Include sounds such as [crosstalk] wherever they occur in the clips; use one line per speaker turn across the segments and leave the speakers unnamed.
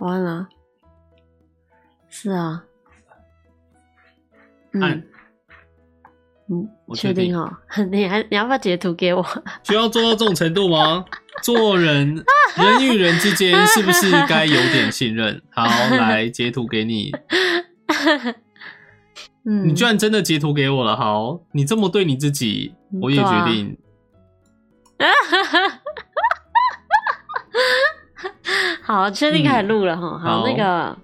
完了，是啊，
按
嗯嗯，
哎我
确
确定
定哦， [laughs] 你还你要不要截图给我？
需要做到这种程度吗？做人，人与人之间是不是该有点信任？好，来截图给你。
嗯，
你居然真的截图给我了，好，你这么对你自己，我也
对
决
啊
定。
好，确定开始录了哈、
嗯好
好，那个，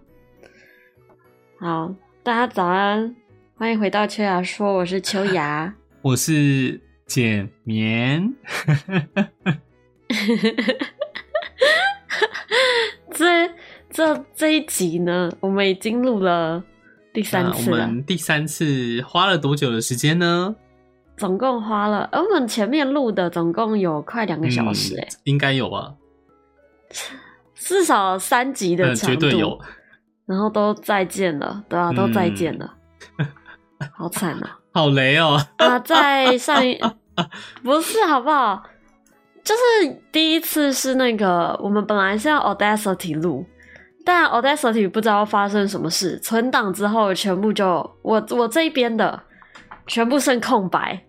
好，大家早安，欢迎回到秋雅说，我是秋
[laughs]
雅。
我是简棉，
这这这一集呢，我们已经录了第三
那我
次了，
们第三次花了多久的时间呢？
总共花了，呃，我们前面录的总共有快两个小时、欸，
嗯应该有吧？
至少三集的
嗯，
长
绝
度，
对有。
然后都再见了，对啊，
嗯
都再见了，好惨啊！
好雷哦、
啊，在上一不是好不好？就是第一次是那个，我们本来是要 Audacity 录，但 Audacity 不知道发生什么事，存档之后全部就我我这一边的全部剩空白，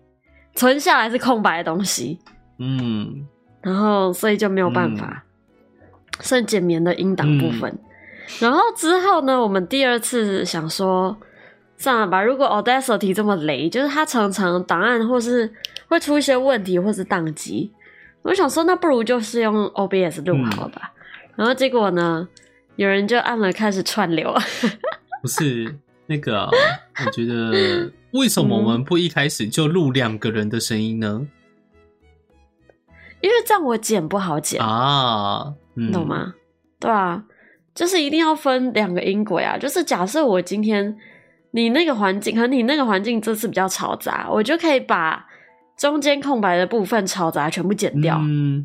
存下来是空白的东西，
嗯，
然后所以就没有办法，剩简棉的音档部分。然后之后呢，我们第二次想说，算了吧，如果 Audacity 这么雷，就是它常常档案或是会出一些问题，或是宕机，我想说，那不如就是用 OBS 录好了吧。然后结果呢，有人就按了开始串流，
不是那个啊、我觉得为什么我们不一开始就录两个人的声音呢？
因为这样我剪不好剪，
啊，嗯，
你懂？吗？对啊，就是一定要分两个音轨啊。就是假设我今天你那个环境和你那个环境这次比较嘈杂，我就可以把中间空白的部分嘈杂全部剪掉，
嗯，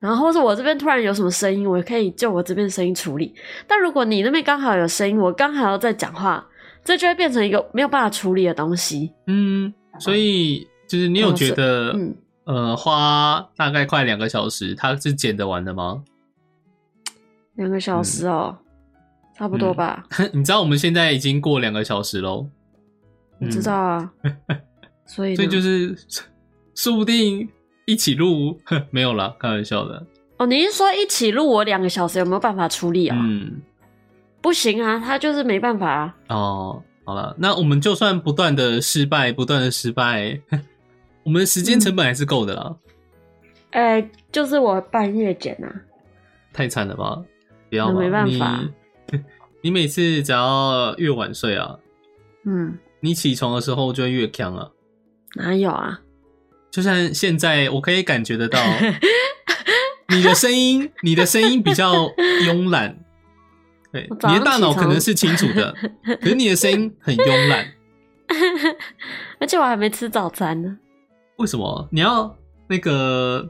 然后或者我这边突然有什么声音，我可以就我这边声音处理。但如果你那边刚好有声音，我刚好要在讲话，这就会变成一个没有办法处理的东西。
嗯，所以就是你有觉得，
嗯，
呃，花大概快两个小时，它是剪得完的吗？ [laughs]
两个小时哦，差不多
嗯
吧，
你知道我们现在已经过两个小时喽，
我知道
[laughs]
啊。所以
嗯嗯，所
呢
以就是说不定一起录， [laughs] 呵没有啦，开玩笑的，
哦，你是说一起录我两个小时有没有办法处理啊？
嗯，
不行啊，他就是没办法啊。
哦，好了，那我们就算不断的失败，不断的失败， [laughs] 我们的时间成本还是够的啦，
哎、就是我半夜剪啊，
太惨了吧？不要吧，
那没办法
你， [laughs] 你每次只要越晚睡啊，
嗯，
你起床的时候就会越强啊。
哪有啊？
就像现在，我可以感觉
[laughs]
得到你的声音，你的声音比较慵懒，
[laughs]
对，
我早上
你的大脑
起床
可能是清楚的，可是你的声音很慵懒，
而且我还没吃早餐呢。
为什么？你要那个？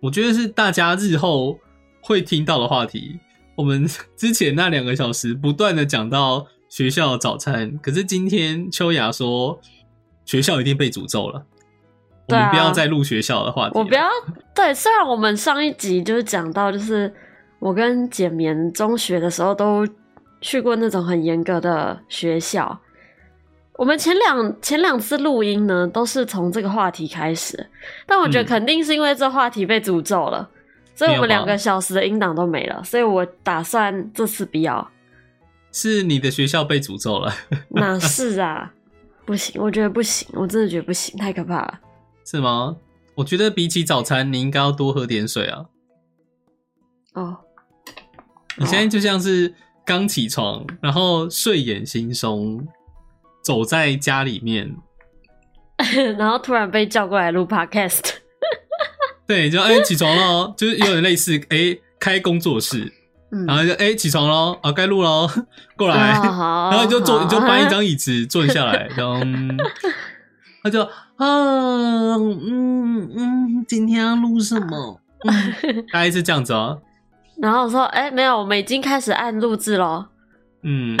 我觉得是大家日后会听到的话题。我们之前那两个小时不断的讲到学校的早餐，可是今天秋雅说学校一定被诅咒了，我
对
们
啊
不要再录学校的话题了。
我不要对，虽然我们上一集就是讲到，就是我跟简棉中学的时候都去过那种很严格的学校。我们前两前两次录音呢，都是从这个话题开始，但我觉得
嗯
肯定是因为这话题被诅咒了，所以我
没有
们两
吧
个小时的音档都没了，所以我打算这次不
[laughs]
要。
是你的学校被诅咒了， [laughs]
哪是啊？不行，我觉得不行，我真的觉得不行，太可怕了。
是吗？我觉得比起早餐，你应该要多喝点水啊。
哦， [laughs]
你现在就像是刚起床，然后睡眼惺忪，走在家里面，
然后突然被叫过来录 podcast，
对，就哎、起床喽，就是有点类似哎、开工作室，
嗯，
然后就哎、起床喽，啊该录喽，过来，
哦好
然后你就坐，
好
你就搬一张椅子坐下来，然后嗯他就啊嗯嗯，今天要录什么？嗯大概是这样子哦，
[laughs] 然后我说，哎、没有，我们已经开始按录制喽，
嗯，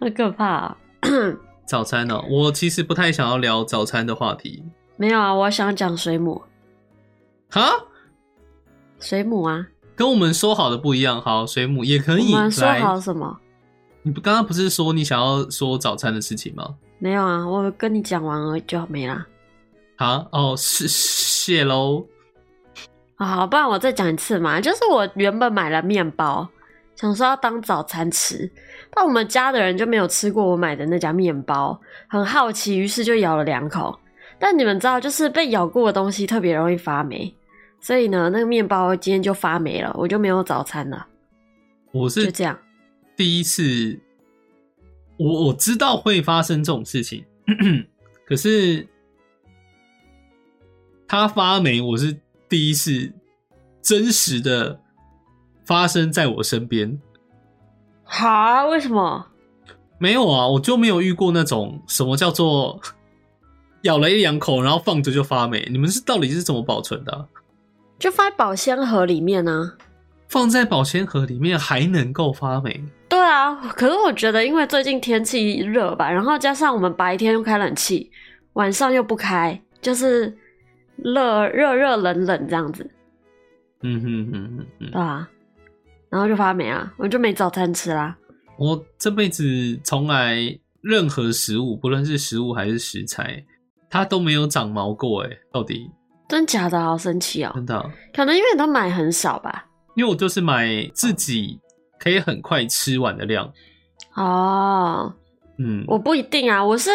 好可怕、啊。
早餐哦，我其实不太想要聊早餐的话题
没有啊，我想讲水母，
哈，
水母啊，
跟我们说好的不一样。好，水母也可以
我们说
来。
好什么？
你不刚刚不是说你想要说早餐的事情吗？
没有啊，我跟你讲完而已就没啦。
好，哦，是谢喽。
啊，好，不然我再讲一次嘛。就是我原本买了面包，想说要当早餐吃，但我们家的人就没有吃过我买的那家面包，很好奇，于是就咬了两口。但你们知道，就是被咬过的东西特别容易发霉，所以呢，那个面包今天就发霉了，我就没有早餐了，
我
就是这样。
第一次，我我知道会发生这种事情，可是它发霉，我是第一次真实的发生在我身边。
好、啊，为什么？
没有啊，我就没有遇过那种什么叫做咬了一两口，然后放着就发霉。你们是到底是怎么保存的啊、
就放在保鲜盒里面啊呢、
放在保鲜盒里面还能够发霉？
对啊，可是我觉得，因为最近天气热吧，然后加上我们白天又开冷气，晚上又不开，就是热热热冷冷这样子，
嗯哼哼哼哼
对。啊？然后就发霉啊，我就没早餐吃啦。
我这辈子从来任何食物，不论是食物还是食材，它都没有长毛过哎、到底
真假的，好神奇哦、
真的啊、
可能因为你都买很少吧。
因为我就是买自己可以很快吃完的量，
哦，
嗯，
我不一定啊，我是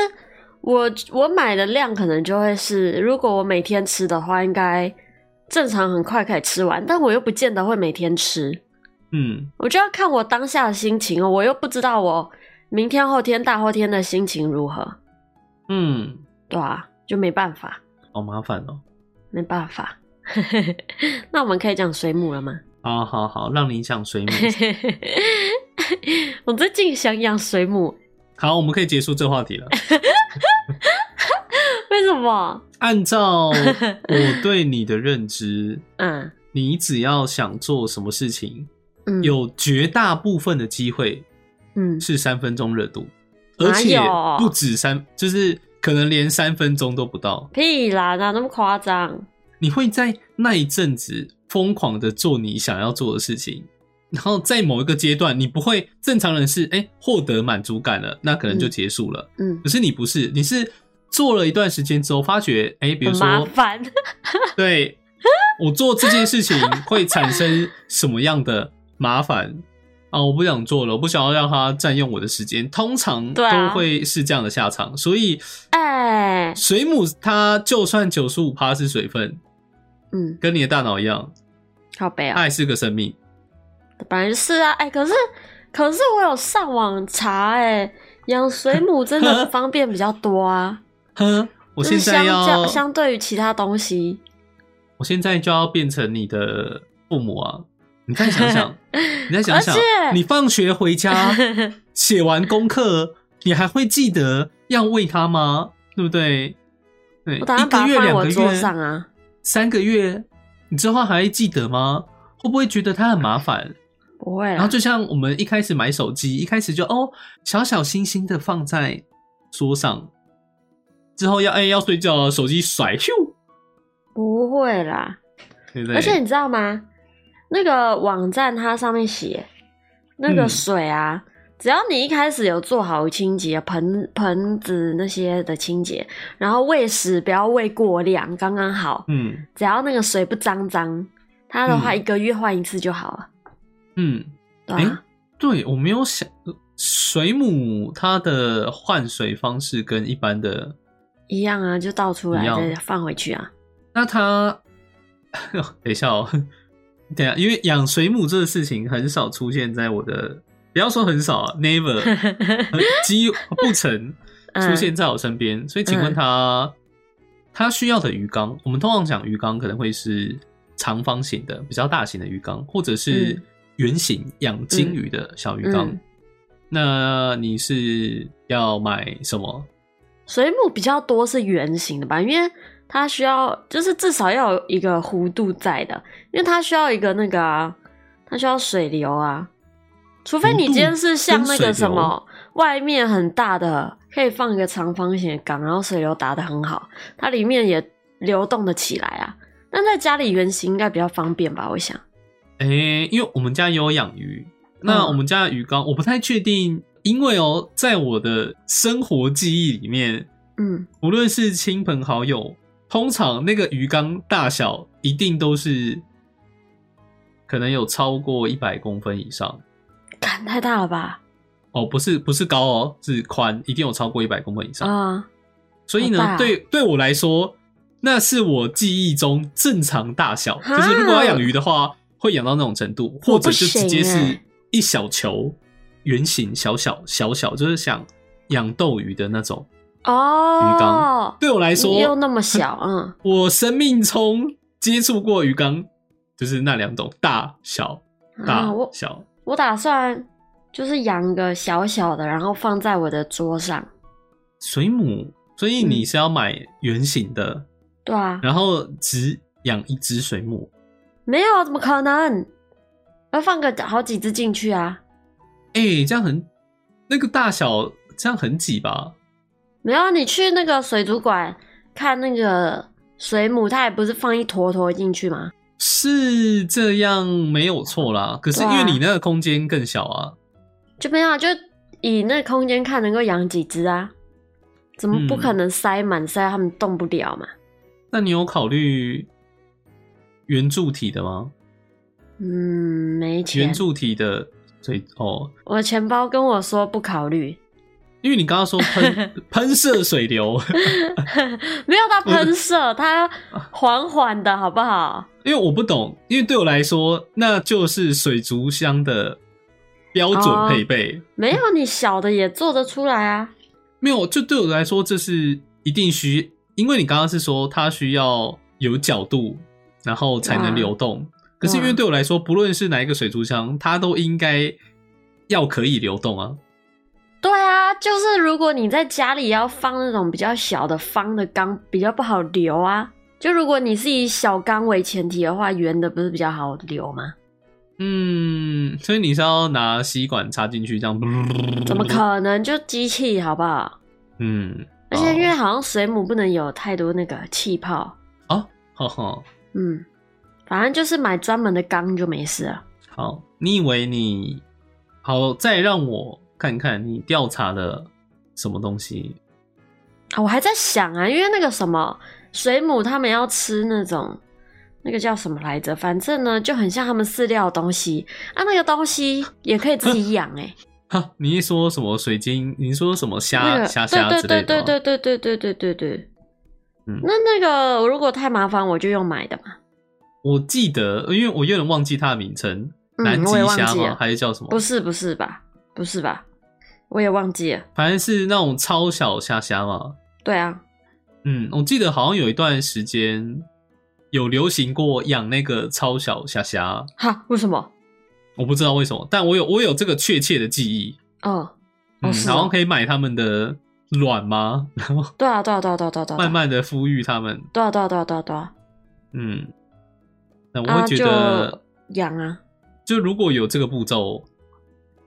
我我买的量可能就会是，如果我每天吃的话，应该正常很快可以吃完，但我又不见得会每天吃。
嗯，
我就要看我当下的心情哦，我又不知道我明天、后天、大后天的心情如何，
嗯，
对啊，就没办法，
好麻烦哦、
没办法。 [laughs] 那我们可以讲水母了吗？ [laughs]
好好好，让你讲水母。
我最近想养水母，
好，我们可以结束这话题了。
为什么？
按照我对你的认知，
嗯
你只要想做什么事情，
嗯，
有绝大部分的机会
嗯，
是三分钟热度，
哪有
而且不止三，就是可能连三分钟都不到。
屁啦，哪那么夸张？
你会在那一阵子疯狂的做你想要做的事情，然后在某一个阶段，你不会正常人是哎获得满足感了，那可能就结束了。
嗯，
可是你不是，你是做了一段时间之后，发觉哎，比如
很麻
说
烦。 [laughs]
对我做这件事情会产生什么样的麻烦啊？我不想做了，我不想要让它占用我的时间，通常
对啊
都会是这样的下场。所以
哎、
水母它就算九十五趴是水分，
嗯，
跟你的大脑一样，
好悲
它
啊，
还是个生命。
本来就是啊，哎、可是可是我有上网查、哎，养水母真的
[laughs]
方便比较多啊。
哼，我
就是
现在
相
要
较，相对于其他东西，
我现在就要变成你的父母啊！你再想
[laughs]
想，你再想想
而且，
你放学
[laughs]
回家写完功课，你还会记得要喂它吗？对不对？对，
我打
一
算
个
把它
月、
放在
两
我
个
桌
月、
上啊。
三个月，你之后还会记得吗？会不会觉得它很麻烦？
不会
然后
啦，
就像我们一开始买手机，一开始就哦小小心心的放在桌上，之后要哎、要睡觉了，手机甩咻，
不会啦。
对不对？
而且你知道吗？那个网站它上面写，那个
嗯
水啊，只要你一开始有做好清洁盆盆子那些的清洁，然后喂食不要喂过量，刚刚好。
嗯
只要那个水不脏脏，它的话
嗯
一个月换一次就好了，
嗯，
对吧、
对我没有想水母它的换水方式跟一般的，
一样啊，就倒出来
一样
再放回去啊。
那它等一下哦，等一下，因为养水母这个事情很少出现在我的，不要说很少啊，never 呃几不成。
嗯
[laughs] 出现在我身边，所以请问他，他需要的鱼缸，我们通常讲鱼缸可能会是长方形的、比较大型的鱼缸，或者是
嗯
圆形养金鱼的小鱼缸。
嗯
那你是要买什么？
水母比较多是圆形的吧，因为它需要就是至少要有一个弧度在的，因为它需要一个那个啊，它需要水流啊。除非你今天是像那个什么外面很大的，可以放一个长方形的缸，然后水流打得很好，它里面也流动的起来啊。但在家里圆形应该比较方便吧，我想。
诶、因为我们家也有养鱼，那
嗯
我们家的鱼缸我不太确定，因为哦，在我的生活记忆里面，
嗯，
无论是亲朋好友，通常那个鱼缸大小一定都是可能有超过一百公分以上。
干太大了吧？
哦，不是不是高哦，是宽，一定有超过一百公分以上。
啊、
所以
好大
呢
哦，
对对我来说，那是我记忆中正常大小。
哈
就是如果要养鱼的话，会养到那种程度，或者就直接
我不行
是
欸
一小球，圆形小小小小，就是想养斗鱼的那种。鱼
啊哦
缸，对我来
又
说，
那么小，嗯，
我生命中接触过鱼缸，就是那两种大小大
啊，我
小。
我打算就是养个小小的，然后放在我的桌上。
水母，所以你
嗯
是要买圆形的，
对啊，
然后只养一只水母。
没有，啊怎么可能？要放个好几只进去啊？
哎、这样很那个大小，这样很挤吧？
没有，啊你去那个水族馆看那个水母，它也不是放一坨坨进去吗？
是这样没有错啦，可是因
对
为
啊
你那个空间更小啊，
就没有啊，就以那空间看能够养几只啊？怎么不
嗯
可能塞满、塞它们动不了嘛？
那你有考虑圆柱体的吗？
嗯，没钱
圆。柱体的水哦，
我钱包跟我说不考虑， [laughs]
因为你刚刚说喷喷射水流，
没有到喷射，它缓缓的好不好？
因为我不懂，因为对我来说那就是水族箱的标准
哦
配备，
没有，你小的也做得出来啊。
没有，就对我来说，这是一定需，因为你刚刚是说它需要有角度，然后才能流
啊
动。可是因为对我来说，不论是哪一个水族箱，它都应该要可以流动啊。
对啊，就是如果你在家里要放那种比较小的方的缸，比较不好流啊。就如果你是以小缸为前提的话，圆的不是比较好流吗？
嗯，所以你是要拿吸管插进去这样？
怎么？可能？就机器好不好？
嗯，
而且因为好像水母不能有太多那个气泡，
哦，好好
嗯，反正就是买专门的缸就没事了。
好，你以为你好？再让我看看你调查了什么东西？
啊，我还在想啊，因为那个什么水母，他们要吃那种那个叫什么来着？反正呢，就很像他们饲料的东西啊，那个东西也可以自己养哎、
哈，你一说什么水晶？你说什么
那
[laughs] 虾
个
虾虾之类的吗？
对对对对对对对对对。
嗯
那那个如果太麻烦，我就用买的嘛。
我记得，因为我有点忘记它的名称，南
嗯，
极
我也忘
虾
记
吗？
了，
还是叫什么？
不，是不是吧？不是吧？我也忘记了。
反正是那种超小虾虾嘛。
对啊，
嗯，我记得好像有一段时间有流行过养那个超小虾虾，
哈，为什么？
我不知道为什么，但我有我有这个确切的记忆。
哦，
嗯，
哦是哦
然后可以买它们的卵吗？然后
对啊对啊对啊对啊对啊对啊，
慢慢的孵育它们。
对啊对啊对啊对啊对啊，
嗯，那我
啊
会觉得、
就养啊，
就如果有这个步骤，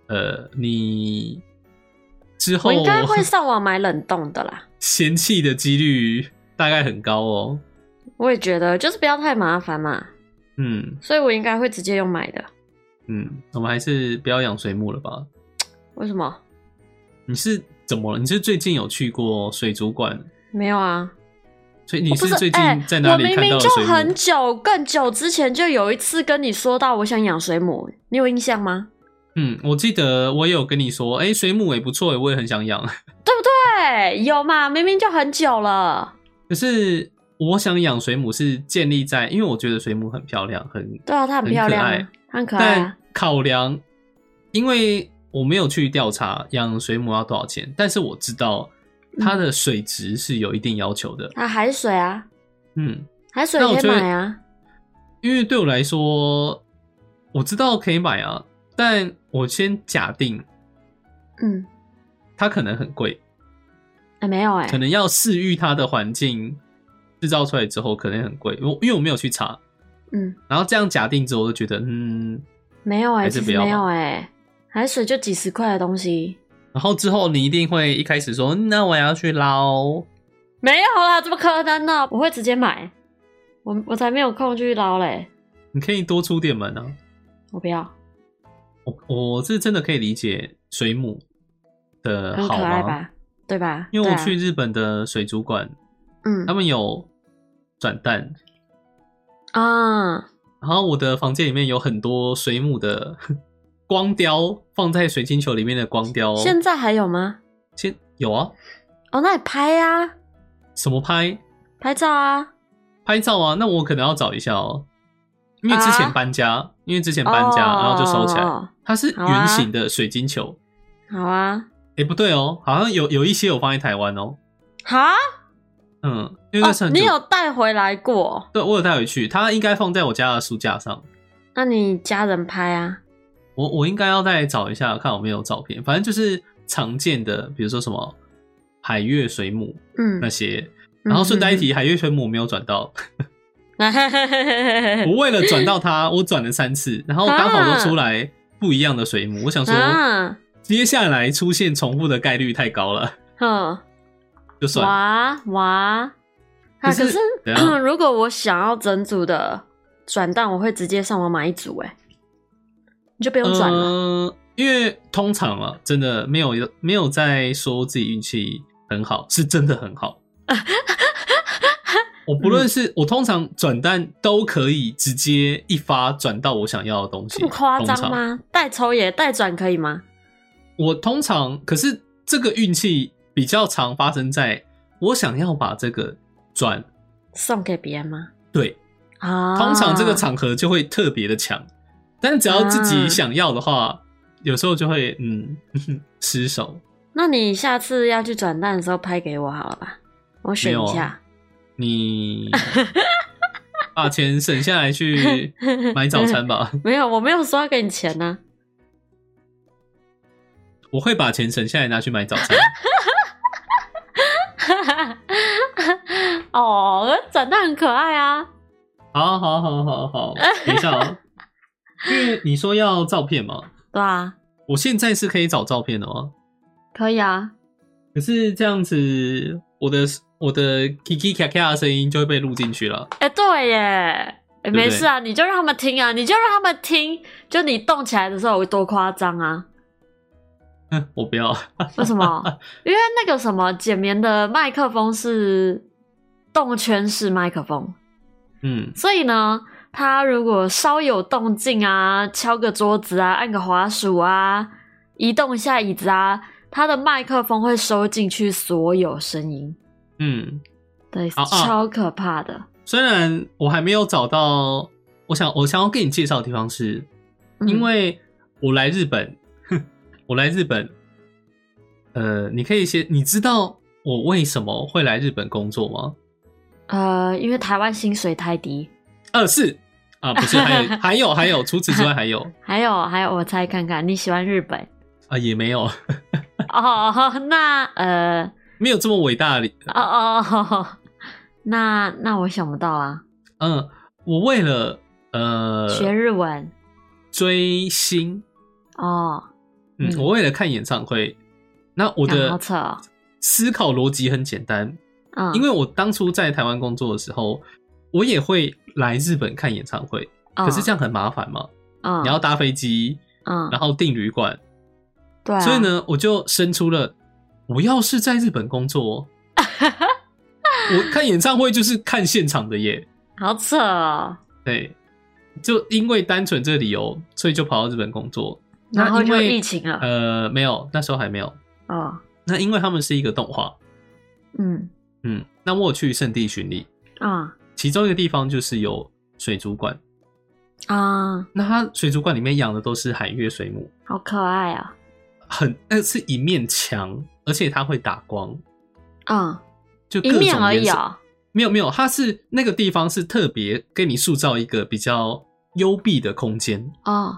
呃，你之后
我应该会上网买冷冻的啦。
嫌弃的几率大概很高哦。
我也觉得，就是不要太麻烦嘛，
嗯
所以我应该会直接用买的。
嗯，我们还是不要养水母了吧？
为什么？
你是怎么了？你是最近有去过水族馆？
没有啊，
所以你
不
是最近
哎
在哪里
我明
看到
明
了
就
水
很
母？
久、更久之前就有一次跟你说到我想养水母，你有印象吗？
嗯，我记得我也有跟你说，哎、水母也不错，我也很想养。
对，有嘛，明明就很久了。
可是我想养水母是建立在，因为我觉得水母很漂亮，很
对啊，它很
很
漂
可
亮、
爱
啊，它很可爱、
但
啊。
考量，因为我没有去调查养水母要多少钱，但是我知道
嗯
它的水质是有一定要求的。
啊，海水啊，
嗯，
海水
那我
可以
觉得
买啊。
因为对我来说，我知道可以买啊，但我先假定
嗯，
它可能很贵，
哎、没有哎、
可能要适育它的环境，制造出来之后可能很贵。我因为我没有去查，
嗯，
然后这样假定之后，我就觉得嗯，
没有哎、
还是
其
不
实
要吧
没有哎、海水就几十块的东西，
然后之后你一定会一开始说，嗯那我要去捞。
没有啦，怎么可能呢？我会直接买，我我才没有空去捞嘞。
你可以多出点门啊！
我不要，
我我是真的可以理解水母
很
的
可
呃好
爱
吗？
吧？对吧？
因为
对
我
啊
去日本的水族馆，
嗯
他们有转蛋，
啊，
然后我的房间里面有很多水母的 [laughs] 光雕，放在水晶球里面的光雕。
现在还有吗？
现有啊，
哦，那你拍呀、啊，
什么拍
拍照啊，
拍照啊？那我可能要找一下哦，因为之前
啊
搬家，因为之前搬家，然后就收起来。
哦
它是
好啊
圆形的水晶球，
好啊，
哎、不对哦，好像有有一些有放在台湾哦，
好啊，
嗯，因为那是
哦，
很久、
你有带回来过？
对我有带回去，它应该放在我家的书架上，
那你家人拍啊？
我我应该要再找一下看有没有照片，反正就是常见的，比如说什么海月水母
嗯
那，些，然后顺带一提，海月水母我没有转到，
嗯， [laughs] 嗯
我为了转到它，我转了三次，然后刚好都出来不一样的水母，我想
嗯
说
啊，
接下来出现重复的概率太高了，
哼，
就算了。
哇哇，啊，
可
可
是
是
怎
[clears throat]
样
如果我想要整组的转蛋，我会直接上网买一组，哎，你就不用转了，
呃，因为通常啊，真的没有没有在说自己运气很好，是真的
[laughs]
很好。我不论是、我通常转蛋都可以直接一发转到我想要的东西，
这么夸
通
张
常？
吗？代抽也代转可以吗？
我通常可是这个运气比较常发生在我想要把这个转
送给别人吗？
对，
啊，
通常这个场合就会特别的强，但只要自己
啊
想要的话，有时候就会嗯 [laughs] 失手。
那你下次要去转蛋的时候拍给我好了吧？我选一下。
啊你把钱省下来去啊买早餐吧。
[laughs] 没有，我没有说要给你钱呢、 [laughs]
我会把钱省下来拿去买早餐。
哦，转蛋很可爱啊。
好好好好好，等一下哦，因为你说要照片嘛，
对啊，
我现在是可以找照片的吗？
可以啊。
可是这样子，我的我的 kiki 咔咔的声音就会被录进去了。 [laughs]
哎、对耶，哎
对
没事啊，你就让他们听啊，你就让他们听，就你动起来的时候有多夸张啊？
哼我不要，
为什
[laughs]
么？因为那个什么简棉的麦克风是动圈式麦克风，
嗯，
所以呢，他如果稍有动静啊，敲个桌子啊，按个滑鼠啊，移动一下椅子啊，他的麦克风会收进去所有声音，
嗯，
对，
啊啊
超可怕的。
虽然我还没有找到，我想我想要跟你介绍的地方是，
嗯
因为我来日本，哼我来日本，呃，你可以先，你知道我为什么会来日本工作吗？
呃，因为台湾薪水太低，
呃，是啊，不是，还有还有还有，除此之外还有
还有还有，我猜看看你喜欢日
[laughs]
本
啊，也没有
哦，那呃
没有这么伟大的理，
哦哦，那那我想不到啊，
嗯、我为了呃
学日文
追星，
哦，
嗯，
嗯
我为了看演唱会，那
啊好
我的
扯哦
思考逻辑很简单，
嗯，
因为我当初在台湾工作的时候，我也会来日本看演唱会，可是这
样，
样很麻烦嘛，
嗯
你要搭飞机，
嗯，
然后订旅馆，
对啊，
所以呢，我就生出了我要是在日本工作，哦我看演唱会就是看现场的耶，
好扯哦，
对，就因为单纯这个理由，所以就跑到日本工作。那
然后
因
就
为
疫情了，
呃没有，那时候还没有。
哦，
那因为他们是一个动画，
嗯
嗯，那我有去圣地巡礼，
啊
其中一个地方就是有水族馆，
啊，
那它水族馆里面养的都是海月水母，
好可爱啊，
很那是一面墙，而且它会打光，
嗯，
就各
一
种
面而
颜
已
色。
哦，
没有没有，它是那个地方是特别给你塑造一个比较幽闭的空间，
哦，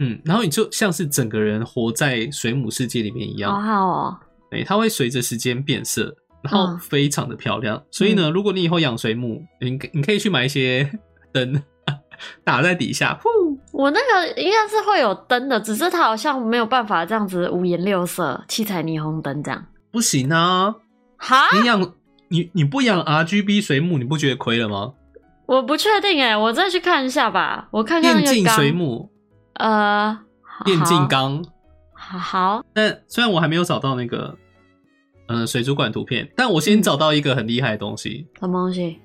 嗯，然后你就像是整个人活在水母世界里面一
好
样，
好哦，
对，它会随着时间变色，然后
嗯
非常的漂亮。所以呢，如果你以后养水母，你可你可以去买一些灯 [laughs] 打在底下，呼
我那个应该是会有灯的，只是它好像没有办法这样子五颜六色、七彩霓虹灯这样。
不行啊，
哈，
你养你你不养 RGB 水母，你不觉得亏了吗？
欸我不确定哎、我再去看一下吧。我看看
电
那个
竞
缸
水母
呃，好
炼金刚。
好好，
但虽然我还没有找到那个，呃，水族馆图片，但我
嗯
先找到一个很厉害的东西，
什么东西？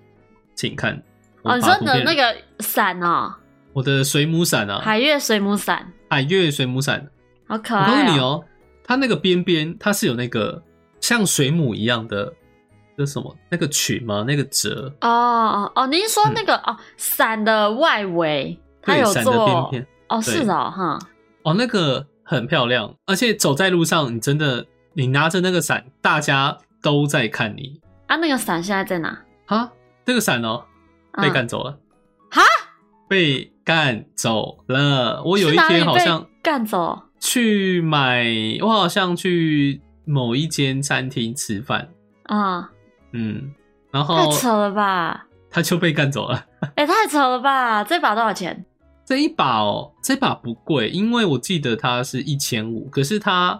请看。我
哦，你
把
说
图
你的
片
那个伞哦，
我的水母伞啊，
海月水母伞，
海月水母伞，
好可
我告
爱
诉你
哦。
哦，它那个边边它是有那个像水母一样的，那什么那个曲吗？那个折，
哦哦哦，你是说那个、哦伞的外围，它
嗯对
有
伞的边
做
边
哦，
对
是的哦哈，
哦，那个很漂亮，而且走在路上，你真的你拿着那个伞，大家都在看你
啊，那个伞现在在哪？
哈，那个伞哦
嗯
被赶走了，
哈，
被干走了。我有一
是哪里
天好
被
像
干走，
去买，我好像去某一间餐厅吃饭，
啊、
嗯，
太
然后
扯了吧！
[laughs] 他就被干走了。
哎、太扯了吧！这把多少钱？
这一把哦，这把不贵，因为我记得它是一千五，可是它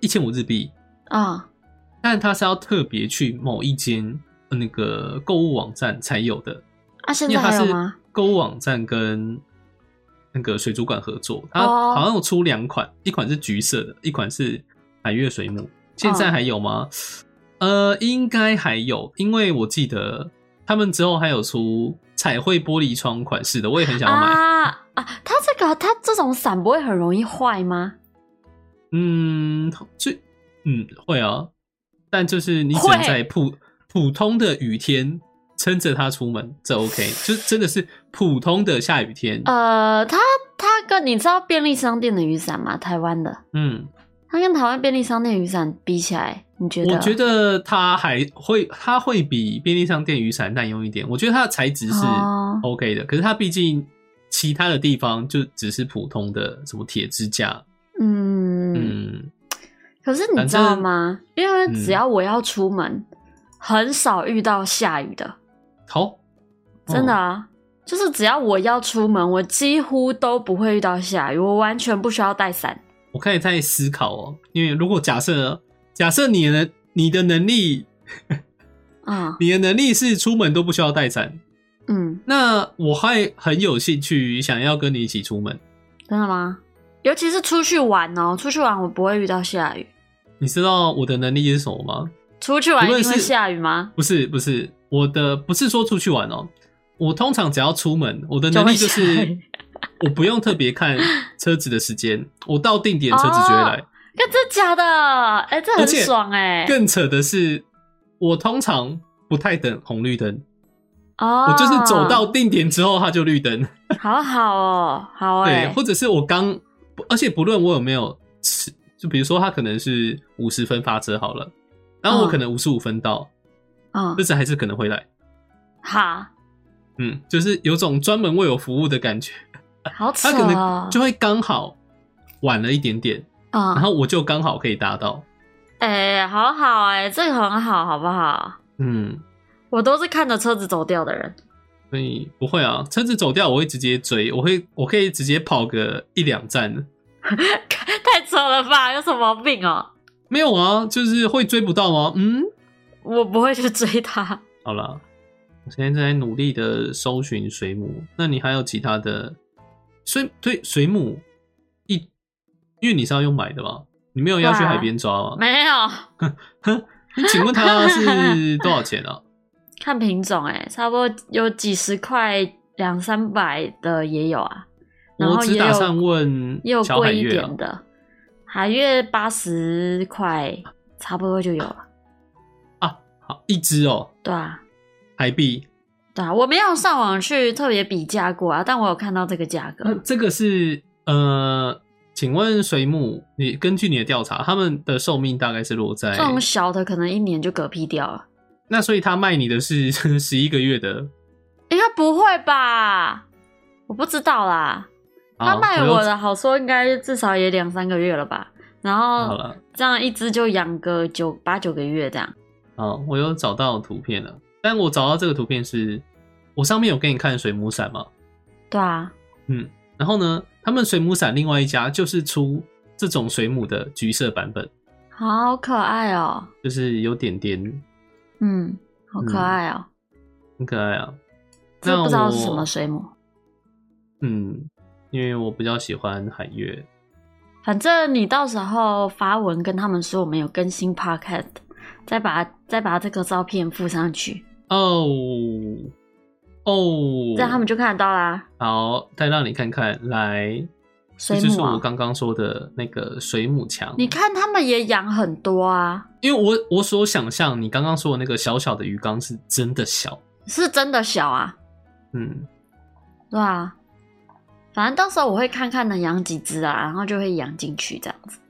一千五日币，
啊、
但它是要特别去某一间呃那个购物网站才有的，
啊，现
因
在
为它
还有
是
吗？
购物网站跟那个水族馆合作，它
哦
好像有出两款，一款是橘色的，一款是海月水母。现在还有吗？呃，应该还有，因为我记得他们之后还有出彩绘玻璃窗款式的，我也很想要买。
啊啊！它这个它这种伞不会很容易坏吗？
嗯，最嗯会啊，但就是你只能
会
在普普通的雨天撑着它出门，这 OK，就真的是普通的下雨天。
呃，它它跟你知道便利商店的雨伞吗？台湾的，
嗯，
它跟台湾便利商店雨伞比起来，你觉得？
我觉得它还会，它会比便利商店雨伞耐用一点。我觉得它的材质是
哦
OK 的，可是它毕竟其他的地方就只是普通的什么铁支架。
嗯，
嗯，
可是你
反
知道
正
吗？因为
嗯
只要我要出门，很少遇到下雨的。
好，
真的
哦
啊，就是只要我要出门，我几乎都不会遇到下雨，我完全不需要带伞。
我开始在思考哦，因为如果假设假设你的你的能力
啊、
你的能力是出门都不需要带伞，
嗯，
那我还很有兴趣想要跟你一起出门。
真的吗？尤其是出去玩哦，出去玩我不会遇到下雨。
你知道我的能力是什么吗？
出去玩一
不论
定会
是
下雨吗？
不是，不是，我的不是说出去玩哦，我通常只要出门，我的能力
就
就
会下
是
雨
[laughs] 我不用特别看车子的时间，我到定点车子就会来。
哦那真的假的？哎、这很
而且
爽哎、
更扯的是，我通常不太等红绿灯，
哦，
我就是走到定点之后它就绿灯。
好好哦，好哎、
对，或者是我刚，不而且不论我有没有吃，就比如说他可能是五十分发车好了，然后
嗯
我可能五十五分到，
嗯
车，子还是可能会来，
好，
嗯，就是有种专门为我服务的感觉，
好扯
他可
哦
能，就会刚好晚了一点点，然
嗯，
后我就刚好可以达到，
哎、好好哎、这个很好，好不好？
嗯，
我都是看着车子走掉的人。 [laughs]
所以不会啊，车子走掉我会直接追，我会我可以直接跑个一两站，
太扯了吧，有什么毛病哦？
没有啊，就是会追不到吗？嗯，
我不会去追他。
好啦，我现在正在努力的搜寻水母。那你还有其他的水对水母一，因为你是要用买的嘛，你没有要去
对啊
海边抓吗？
没有，
你 [laughs] 请问它是多少钱啊？
看品种哎、差不多有几十块、两三百的也有啊，然
我
后
只
也
打算
有
问
也有
小海
贵一
月啊
点，的，海月八十块差不多就有了。
好一只哦，
对啊，
台币。
对啊，我没有上网去特别比价过啊，但我有看到这个价格。
那这个是呃，请问水母，你根据你的调查，它们的寿命大概是落在
这种小的可能一年就嗝屁掉了，
那，所以它卖你的是 [laughs] 十一个月的。
应该不会吧？我不知道啦。他
好
卖
又
我的好说，应该至少也两三个月了吧。然
好
后
了。
这样一只就养个九八九个月这样。
好，我有找到图片了，但我找到这个图片是，我上面有给你看水母伞嘛，
对啊，
嗯，然后呢，他们水母伞另外一家就是出这种水母的橘色版本，
好可爱哦、
就是有点点，
嗯，好可爱哦、
很可爱啊。
这
那
不知道是
我
什么水母，
嗯，因为我比较喜欢韩乐。
反正你到时候发文跟他们说我们有更新 podcast，再把再把这个照片附上去，
哦哦，
这样他们就看得到啦。
好，再让你看看，来，这
水
就是
母、
我
啊，
刚刚说的那个水母墙。
你看他们也养很多啊，
因为我我所想象你刚刚说的那个小小的鱼缸是真的小，
是真的小啊，
嗯，
对啊。反正到时候我会看看能养几只啊，然后就会养进去这样子。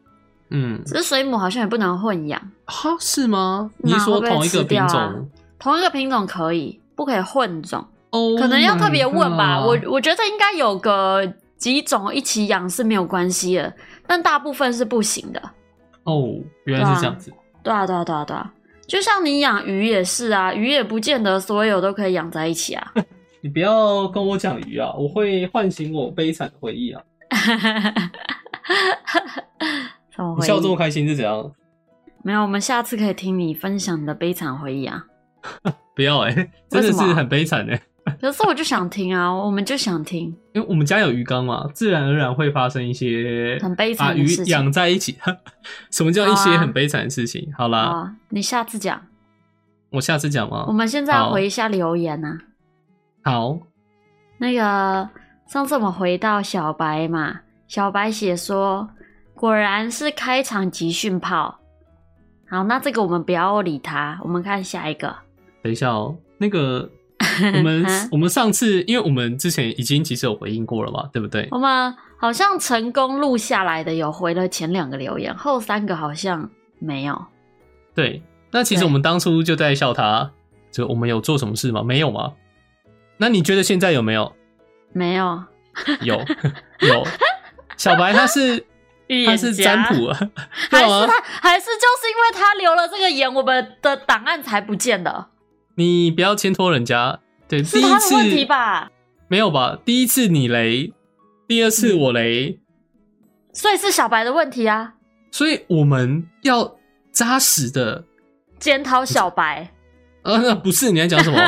嗯，
只是水母好像也不能混养，
哈，是吗？
那
你是说
会不会
同一个
吃掉
品
啊
种？
同一个品种可以，不可以混种。
哦，
可能要特别问吧。我
my god
我觉得应该有个几种一起养是没有关系的，但大部分是不行的。
哦，原来是这样子，
对啊，对啊，对啊，对啊。就像你养鱼也是啊，鱼也不见得所有都可以养在一起啊。 [laughs]
你不要跟我讲鱼啊，我会唤醒我悲惨的回忆啊！
怎么
你
回
笑这么
忆？
开心是怎样？
没有，我们下次可以听你分享你的悲惨回忆啊。
不要哎、真的
为
是
什么啊
很悲惨哎、
可是我就想听啊，我们就想听
因为我们家有鱼缸嘛，自然而然会发生一些
很悲
把
惨
鱼
的事情。
养在一起。 [laughs] 什么叫一
好
些
啊
很悲惨的事情？好
好
啦，
啊，你下次讲。
我下次讲嘛
我。们现在要
好
回一下留言啊。
好，
那个上次我们回到小白嘛，小白写说，果然是开场集训炮。好，那这个我们不要理他，我们看下一个。啊
等一下哦、那
[laughs]
个我们我们上次，因为我们之前已经其实有回应过了嘛，对不对？
我们好像成功录下来的有回了前两个留言，后三个好像没有。
对，那其实
对
我们当初就在笑他，就我们有做什么事吗？没有吗？那你觉得现在有没有？
没有， [laughs]
有有，小白他是
预
他
言
是
家
占卜啊，
还
对
是
啊，
他，还是就是因为他留了这个言，我们的档案才不见的，
你不要牵拖人家。对，第
是
一
他的
次
问题吧？
没有吧？第一次你雷，第二次我雷，
所以是小白的问题啊，
所以我们要扎实的
检讨小白。
啊，那不是你在讲什么？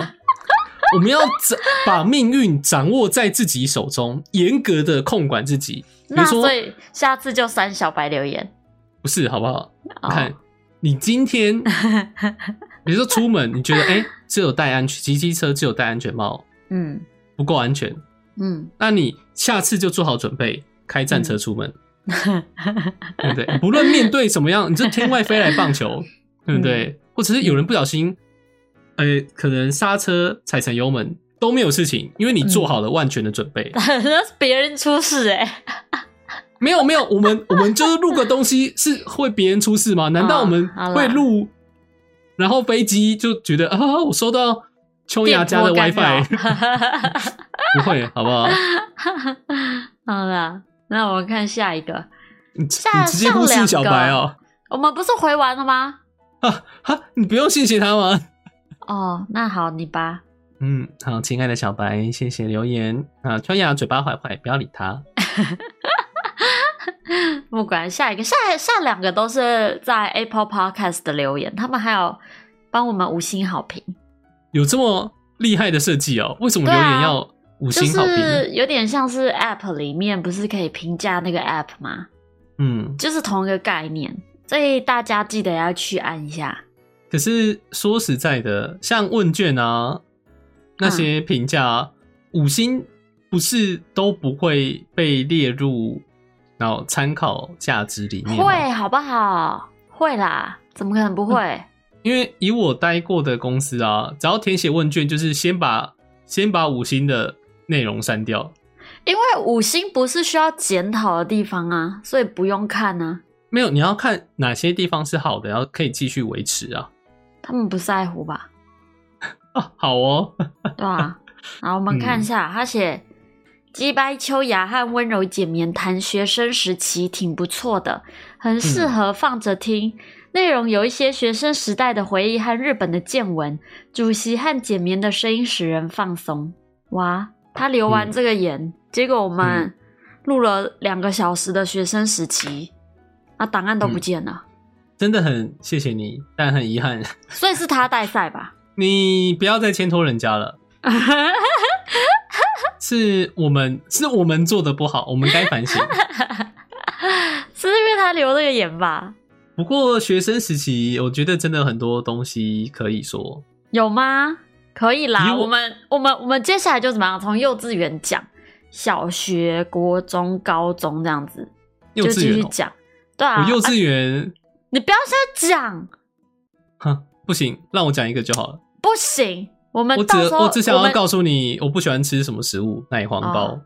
我们要掌把命运掌握在自己手中，严格的控管自己。比如
那
说
所，以下次就删小白留言。
不是好不好？
哦
看你今天，比如说出门，你觉得哎、诶只有戴安全骑机车，只有戴安全帽
嗯
不够安全，
嗯， [laughs]
那你下次就做好准备，开战车出门，对不对？不论面对什么样，你这天外飞来
[laughs]
棒球，对不对？
嗯
或者是有人不小心，呃，可能刹车踩成油门都没有事情，因为你做好了万全的准备。
那是别人出事哎、
[laughs] 没有没有，我
[laughs]
们我们就是录个东西是会别人出事吗？难道我们
哦好啦
会录，然后飞机就觉得啊，我收到秋雅
电
家的
波干
WiFi，
扰
不会好不好？
[laughs] 好啦，那我们看下一个。
你你
下
直接忽视小白哦、
我们不是回完了吗？
啊哈，你不用谢谢他吗？
哦，那好，你吧。
嗯，好，亲爱的小白，谢谢留言啊。秋雅嘴巴坏坏，不要理他。
不管下一个，下下两个都是在 Apple Podcast 的留言，他们还有帮我们五星好评，
有这么厉害的设计哦？为什么
对
留
啊
言要五
就
星好评？
是有点像是 App 里面不是可以评价那个 App 吗？
嗯，
就是同一个概念，所以大家记得要去按一下。
可是说实在的，像问卷啊那些评价、啊五星不是都不会被列入然后参考价值里面吗？
会好不好？会啦，怎么可能不会？
因为以我待过的公司啊，只要填写问卷，就是先把先把五星的内容删掉，
因为五星不是需要检讨的地方啊，所以不用看啊。
没有，你要看哪些地方是好的，然后可以继续维持啊。
他们不在乎吧？
啊，好哦， [laughs]
对吧、啊？好，我们看一下，他写鸡掰秋雅和温柔简棉谈学生时期挺不错的，很适合放着听。内容有一些学生时代的回忆和日本的见闻，主席和简棉的声音使人放松。哇，他留完
嗯
这个言，结果我
嗯
们录了两个小时的学生时期，啊，档案都不见了，
真的很谢谢你，但很遗憾， [laughs]
所以是他带赛吧？ [laughs]
你不要再牵拖人家了。是我们是我们做的不好，我们该反
[laughs]
省。
是因为他留那个言吧？
不过学生时期，我觉得真的很多东西可以说。
有吗？可以
以
啦，
我
我们我们我们接下来就怎么样？从幼稚园讲，小学、国中、高中这样子，
幼
就
稚
继
园
续
哦、
讲。对啊，
我幼
啊
稚园，
你不要现在讲，
哼，不行，让我讲一个就好了。
不行。我们
我只
到时候
我只想
我
要
们
告诉你，我不喜欢吃什么食物，奶黄包，
哦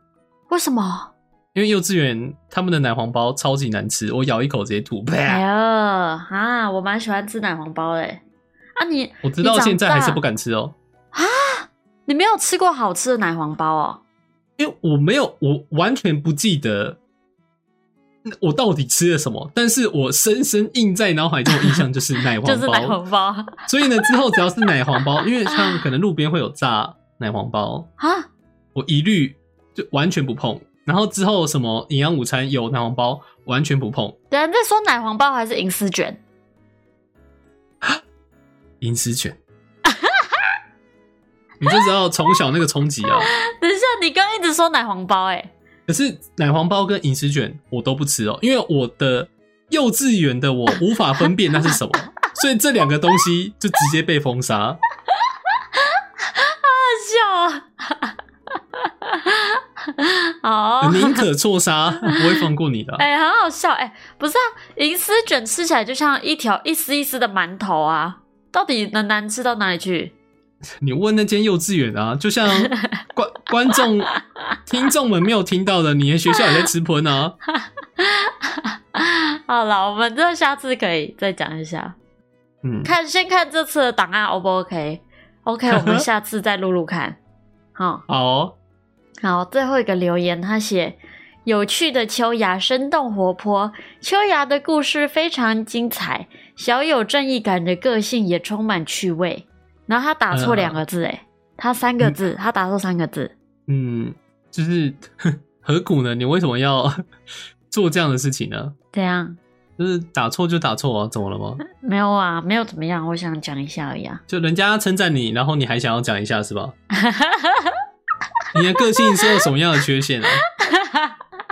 为什么？
因为幼稚园他们的奶黄包超级难吃，我咬一口直接吐。
哎
啪
呀啊，我蛮喜欢吃奶黄包的欸。啊你，你
我直到现在还是不
敢。
敢吃哦、
你没有吃过好吃的奶黄包哦？
因为我没有，我完全不记得我到底吃了什么，但是我深深印在脑海中的印象就是奶
[laughs]
黄包，
就是奶黄包
所以呢，之后只要是奶黄包，因为像可能路边会有炸奶黄包，
啊，
我一律就完全不碰。然后之后什么营养午餐有奶黄包，完全不碰。
等下你在说奶黄包还是银丝卷？ [laughs]
银丝卷， [laughs] 你就知道从小那个冲击啊。
等一下，你刚刚一直说奶黄包、哎，
可是奶黄包跟银丝卷我都不吃哦，因为我的幼稚园的我无法分辨那是什么，所以这两个东西就直接被封杀。
好笑啊哦。 [laughs] 好，
宁可错杀，我不会放过你的啊。
哎、很好笑，哎、不是啊，银丝卷吃起来就像一条一丝一丝的馒头啊，到底能难吃到哪里去？ [laughs]
你问那间幼稚园啊，就像观观众、听众们没有听到的，你的学校也在吃喷啊。
好了，我们这下次可以再讲一下，
嗯，
看先看这次的档案 O 不 OK？OK，、我们下次再录录看，好、
好哦、
好，最后一个留言，他写有趣的秋芽生动活泼，秋芽的故事非常精彩，小有正义感的个性也充满趣味。然后他打错两个字，哎、他三个字，他打错三个字。
嗯，就是 [laughs] 何苦呢？你为什么要 [laughs] 做这样的事情呢？
怎样？
就是打错就打错啊，怎么了吗？
没有啊，没有怎么样，我想讲一下而已啊。
就人家称赞你，然后你还想要讲一下
[laughs]
是吧？你的个性是有什么样的缺陷啊？
[laughs]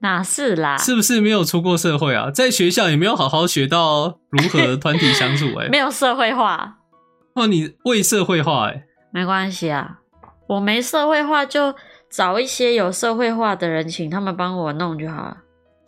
哪是啦？
是不是没有出过社会啊？在学校也没有好好学到如何团体相处、欸？
没
哎，
有社会化，
哇，你未社会化哎、
没关系啊。我没社会化，就找一些有社会化的人，请他们帮我弄就好了。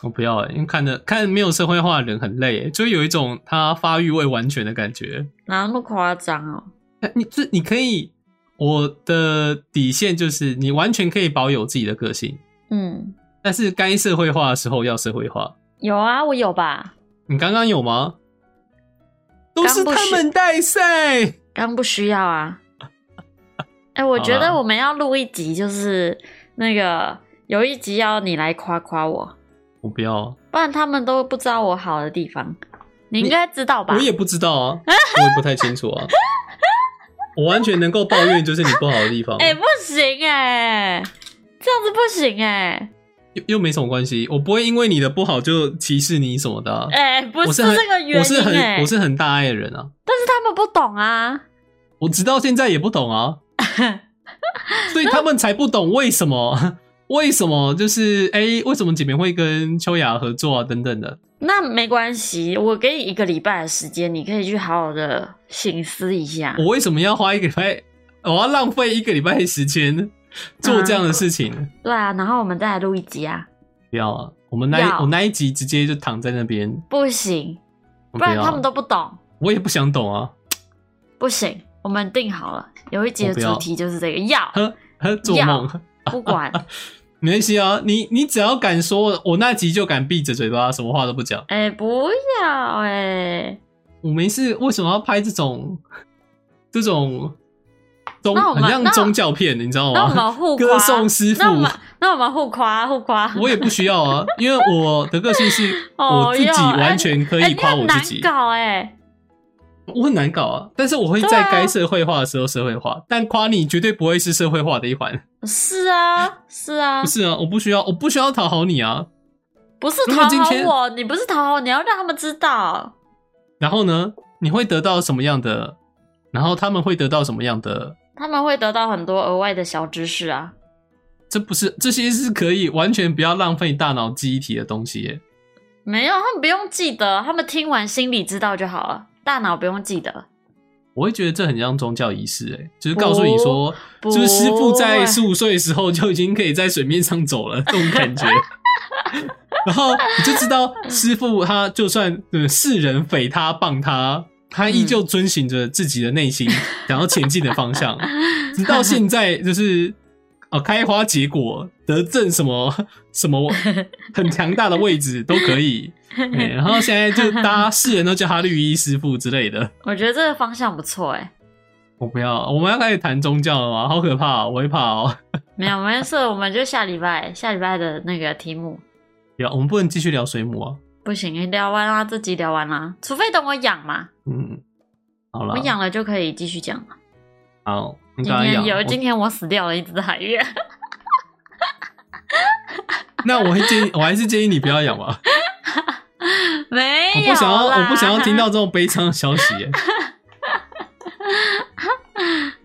我不要、欸，因为看着看没有社会化的人很累、欸，就有一种他发育未完全的感觉。
哪那么夸张哦？
哎你这你可以，我的底线就是你完全可以保有自己的个性，
嗯，
但是该社会化的时候要社会化。
有啊，我有吧。
你刚刚有吗？都是
刚不
他
是
们带赛。
刚不需要啊。 [laughs] 哎、我觉
好
得
啦
我们要录一集，就是那个有一集要你来夸夸我，
我不要，啊
不然他们都不知道我好的地方。你应该知道吧
我？也不知道啊，我也不太清楚啊。我完全能够抱怨，就是你不好的地
[laughs]
方，
哎、不行哎、这样子不行哎、
又又没什么关系。我不会因为你的不好就歧视你什么的啊、
哎、不
我
是
很
这个原
我是
因哎、
很我是很大爱的人啊，
但是他们不懂啊。
我直到现在也不懂啊，
[laughs]
所以他们才不懂为什么为什么就是哎、为什么姐妹会跟秋雅合作啊等等的。
那没关系，我给你一个礼拜的时间，你可以去好好的醒思一下。
我为什么要花一个礼拜，我要浪费一个礼拜的时间做这样的事情？
对啊，然后我们再来录一集啊。
不要啊！我们那
要
一我那一集直接就躺在那边，
不行，
我
不然
要啊
他们都不懂。
我也不想懂啊。 [laughs]
不行，我们定好了，有一集的
我不要
主题就是这个，要
呵呵，做梦
不管，
[laughs] 没关系啊，你你只要敢说，我那集就敢闭着嘴巴，什么话都不讲。
哎、不要哎、
我没事，为什么要拍这种这种宗
那我
很
们
像
那
宗教片，你知道
那我
吗？
们互夸，
哦 [laughs] 歌颂师傅
那，我们那我们互夸互夸，
我也不需要啊，因为我的个性是
[laughs] 哦
我自己
要
完全可
哎
以
你
夸
很
我
难
自己。
搞哎、
我很难搞啊，但是我会
对
在
啊
该社会化的时候社会化，但夸你绝对不会是社会化的一环。
是啊是啊
不，是啊，我不需要，我不需要讨好你啊。
不是
如
讨
果今
好
天
我，你不是讨好我，你要让他们知道，
然后呢，你会得到什么样的？然后他们会得到什么样的？
他们会得到很多额外的小知识啊。
这不是这些是可以完全不要浪费大脑记忆体的东西耶。
没有，他们不用记得，他们听完心里知道就好了，大脑不用记得。
我会觉得这很像宗教仪式，哎，就是告诉你说，
不
就是师傅在
不会
十五岁的时候就已经可以在水面上走了，这种感觉。 [laughs] 然后你就知道师傅他就算呃世人诽他谤他，他
嗯
依旧遵循着自己的内心、想要前进的方
[laughs]
向，直到现在就是哦开花结果，得证什么什
[laughs]
么很强大的位置都可以。哎然后现在就大家世人都叫他绿衣师傅之类的。
我觉得这个方向不错，哎，
我不要，我们要开始谈宗教了吗？好可怕、哦，我会怕哦。 [laughs]
没有没事，我们就下礼拜下礼拜的那个题目
不要，我们不能继续聊水母啊。
不行，聊完啦，这集聊完啦，除非等我养嘛，
嗯，好了
我，养了就可以继续讲了。
好，你
今
刚刚
天
养
有，
我
今天我死掉了一只海月，
那我会建议， [laughs] 我还是建议你不要养吧。
[laughs] 没
我
有，
不想要，我不想要听。到这种悲伤的消息耶。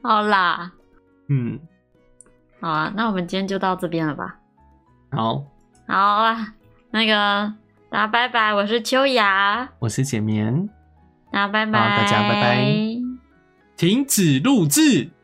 好啦，
嗯，
好啊，那我们今天就到这边了吧。
好，
好啊，那个大家拜拜，我是秋雅，
我是简眠，
大家拜拜，
好大家拜拜停止录制。